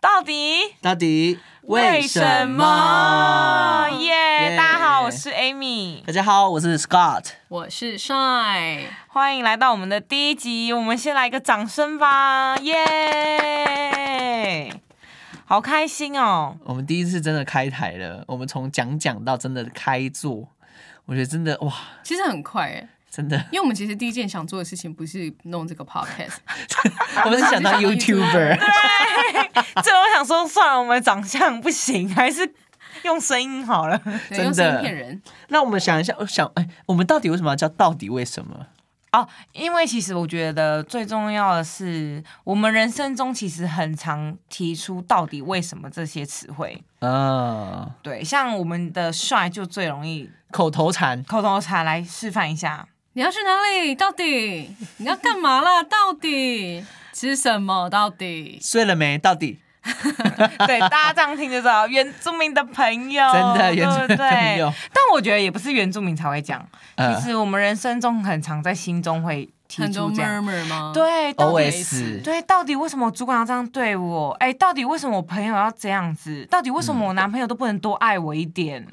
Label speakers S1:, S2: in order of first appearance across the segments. S1: 到底
S2: 到底为什
S1: 么
S2: 么？
S1: 耶大家好，我是 Amy，
S2: 大家好，我是 Scott。
S3: 我是 Shine，
S1: 欢迎来到我们的第一集。我们先来一个掌声吧，耶、好开心哦！
S2: 我们第一次真的开台了，我们从讲讲到真的开做，我觉得真的哇，
S3: 其实很快哎，
S2: 真的，
S3: 因为我们其实第一件想做的事情不是弄这 个 podcast，
S2: 我们是想当
S3: 我们是想当
S2: YouTuber，
S1: 最后我想说，算了，我们长相不行，还是用声音好了。
S3: 对，
S2: 真的
S3: 用声音骗人，
S2: 那我们想一下，我想哎，我们到底为什么要叫到底为什么？
S1: 哦，因为其实我觉得最重要的是，我们人生中其实很常提出到底为什么这些词汇。
S2: 啊，
S1: 对，像我们的帅就最容易
S2: 口头禅，
S1: 口头禅来示范一下。
S3: 你要去哪里？到底你要干嘛啦？到底吃什么？到底
S2: 睡了没？到底
S1: 对，大家这样听就知道原住民的朋友，
S2: 真的原住民的
S1: 对不对
S2: 朋友
S1: 但我觉得也不是原住民才会讲，
S2: 呃
S1: 其实我们人生中很常在心中会提
S3: 很多
S1: 出这样。
S3: murmur 吗？，
S1: 对，到底
S2: OS
S1: 对，到底为什么我主管要这样对我？哎，到底为什么我朋友要这样子？到底为什
S2: 嗯
S1: 么我男朋友都不能多爱我一点？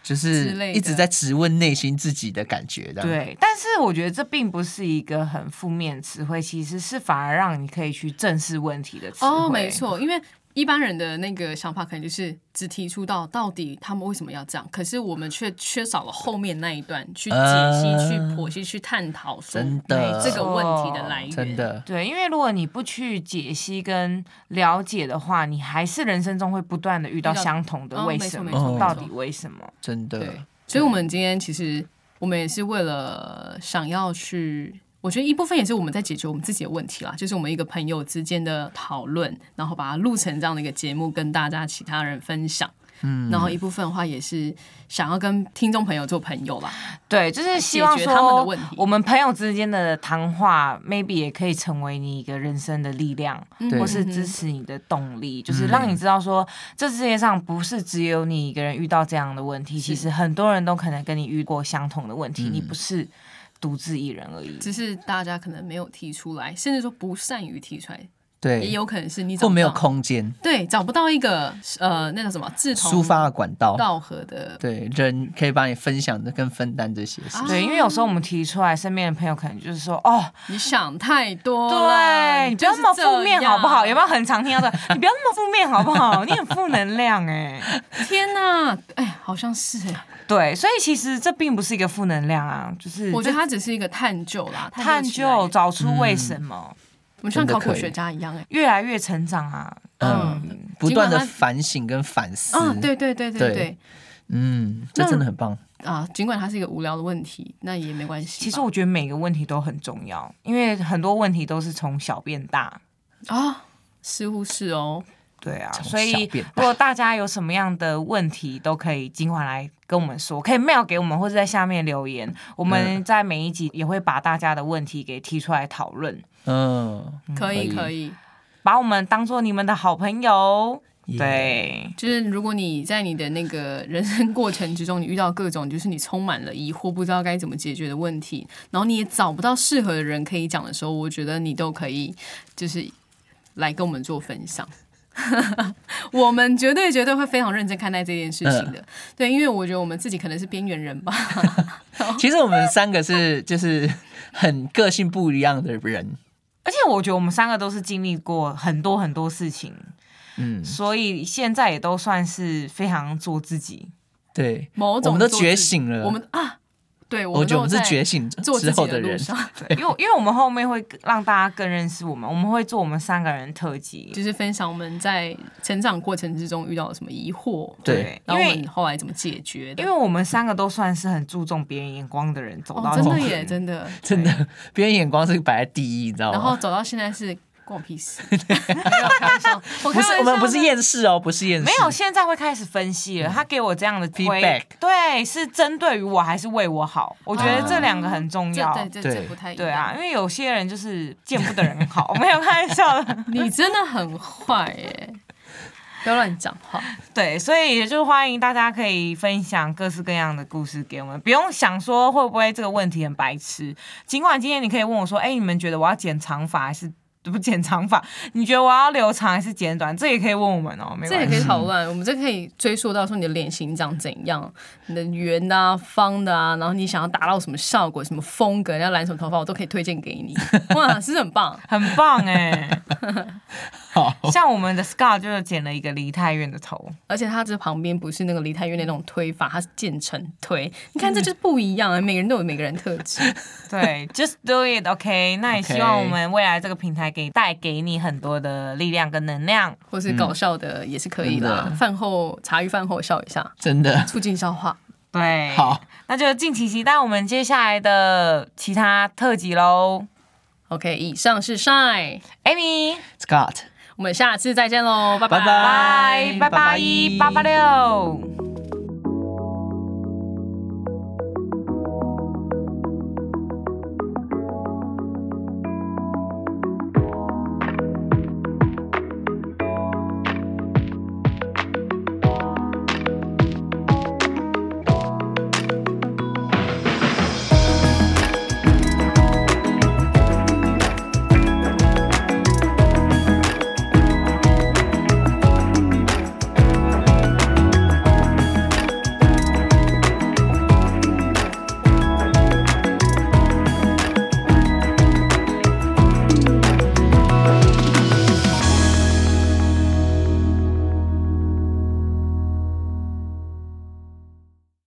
S2: 就
S3: 之
S2: 是
S3: 类
S2: 一直
S3: 的
S2: 在质问内心自己的感觉，这样
S1: 对，但是我觉得这并不是一个很负面词汇，其实是反而让你可以去正视问题的词汇。
S3: 哦，没，错，因为。一般人的那个想法可能就是只提出到到底他们为什么要这样，可是我们却缺少了后面那一段去解析、
S2: 嗯
S3: 去剖析、去探讨说哎
S2: 真的
S3: 这个问题的来源。
S2: 真的
S1: 对，因为如果你不去解析跟了解的话，你还是人生中会不断的遇到
S3: 遇到
S1: 相同的
S3: 哦
S1: 为
S3: 没错
S1: 什
S3: 没
S1: 么，
S2: 错没
S1: 到
S3: 错
S1: 底为什么？
S2: 真的。
S3: 对，所以我们今天其实我们也是为了想要去，我觉得一部分也是我们在解决我们自己的问题啦，就是我们一个朋友之间的讨论，然后把它录成这样的一个节目，跟大家其他人分享。嗯，然后一部分的话也是想要跟听众朋友做朋友吧，
S1: 对，就是希
S3: 解
S1: 望
S3: 决他们的
S1: 说
S3: 问题
S1: 我们朋友之间的谈话，maybe 也可以成为你一个人生的力量，
S3: 嗯
S2: 对
S1: 或是支
S2: 嗯
S1: 持你的动力，就是让你知道说，这世界上不是只有你一个人遇到这样的问题，其实很多人都可能跟你遇过相同的问题，你不是独自一人而已。
S3: 只是大家可能没有提出来，甚至说不善于提出来，
S2: 对，
S3: 也有可能是你找
S2: 或
S3: 不
S2: 没有
S3: 到
S2: 空间
S3: 对找不到一个呃那叫什么志同
S2: 抒发的管道，
S3: 道合的
S2: 对人可以帮你分享的跟分担这些事。
S3: 啊
S1: 对，因为有时候我们提出来，身边的朋友可能就是说，哦，
S3: 你想太多了，
S1: 对，你不
S3: 哦就
S1: 要
S3: 是
S1: 那么负
S3: 这
S1: 面好不好？
S3: 样
S1: 有没有很常听到的？你不要那么负面好不好？你很负能量哎、
S3: 天呐，哎，好像是哎，
S1: 对，所以其实这并不是一个负能量啊，就是
S3: 我觉得它只是一个探究啦，
S1: 这探
S3: 起来
S1: 究找出为什么，
S3: 我们像考
S2: 真
S3: 古
S2: 的可以
S3: 学家一样哎，
S1: 越来越成长啊。
S2: 嗯，不断的
S3: 尽管他
S2: 反省跟反思。
S3: 啊，对对对对
S2: 对
S3: 对，
S2: 嗯，这真的很棒。
S3: 啊，尽管它是一个无聊的问题，那也没关系吧。
S1: 其实我觉得每个问题都很重要，因为很多问题都是从小变大。
S3: 啊，似乎是哦，
S1: 对啊，
S2: 从
S1: 所以
S2: 小变大
S1: 如果大家有什么样的问题，都可以尽管来跟我们说，可以 mail 给我们，或者在下面留
S2: 嗯
S1: 言。我们在每一集也会把大家的问题给提出来讨论。
S2: 嗯，
S3: 可以
S2: 可
S3: 可以。
S1: 把我们当做你们的好朋友。
S2: 耶
S1: 对，
S3: 就是如果你在你的那个人生过程之中，你遇到各种就是你充满了疑惑，不知道该怎么解决的问题，然后你也找不到适合的人可以讲的时候，我觉得你都可以就是来跟我们做分享。 我们绝对绝对会非常认真看待这件事情
S2: 嗯
S3: 的，对，因为我觉得我们自己可能是边缘人吧，
S2: 其实我们三个是就是 很个性不一样的人。
S1: 而且我觉得我们三个都是经历过很多很多事情，
S2: 嗯，
S1: 所以现在也都算是非常做自己。
S2: 对，
S3: 某种
S2: 我们都
S3: 做自己
S2: 觉醒了
S3: 我们啊，对，我
S2: 我
S3: 们
S2: 觉得我
S3: 都
S2: 们是
S3: 在
S2: 觉醒
S3: 做
S2: 之
S3: 自己
S2: 后
S3: 的路
S2: 人。
S3: 上，
S1: 对，因为因为我们后面会让大家更认识我们，我们会做我们三个人特辑。
S3: 就是分享我们在成长过程之中遇到了什么疑惑，
S2: 对
S3: 然
S1: 因
S3: 后我们
S1: 为
S3: 后来怎么解决的
S1: 因为？我们三个都算是很注重别人眼光的人，走
S3: 哦
S1: 到，
S3: 真
S1: 今
S3: 的
S1: 天
S3: 耶，真的。
S2: 真的，别人眼光是摆在第一，你知道
S3: 然后
S2: 吗？
S3: 走到现在是关我屁 事。没有开玩笑我
S2: 不
S3: 开
S2: 是
S3: 玩
S2: 我们
S3: 笑
S2: 不是
S3: 的
S2: 厌世哦，不是厌世，
S1: 没有，现在会开始分析
S3: 嗯
S1: 了。他给我这样的推
S2: Feedback
S1: 对，是针对于我还是为我好？我觉得这两个很重要。
S3: 哦这对这
S2: 对
S3: 这不太一样
S1: 对啊，，因为有些人就是见不得人好， 没有开玩笑的。
S3: 你真的很坏耶！不要乱讲话，
S1: 对，所以就欢迎大家可以分享各式各样的故事给我们，不用想说会不会这个问题很白痴。尽管今天你可以问我说，哎，你们觉得我要剪长发还是不剪长发？你觉得我要留长还是剪短？这也可以问我们哦，没
S3: 这也
S1: 关
S3: 可
S1: 系。
S3: 以讨论。我们这可以追溯到说你的脸型长怎样，你的圆的啊、方的啊，然后你想要达到什么效果、什么风格，要染什么头发，我都可以推荐给 你。哇，是不是很棒。
S1: 很棒哎、
S2: 好
S1: 像我们的 Scar 就是剪了一个离太远的头，
S3: 而且它这旁边不是那个梨泰院的那种推法，它是渐层推。你看，这就是不一样啊！每个人都有每个人特质。
S1: 对，Just do it，OK、那也
S2: OK
S1: 希望我们未来这个平台给带给你很多的力量跟能量。
S3: 或是搞笑的也是可以啦
S2: 真。的
S3: 饭后茶余饭后笑一下，
S2: 真的
S3: 促进消化。
S1: 对，
S2: 好，
S1: 那就敬请期待我们接下来的其他特辑喽。
S3: OK，以上是 Shine，
S1: Amy，
S2: Scott，
S3: 我们下次再见喽，拜
S2: 拜
S1: 拜拜拜一八八六。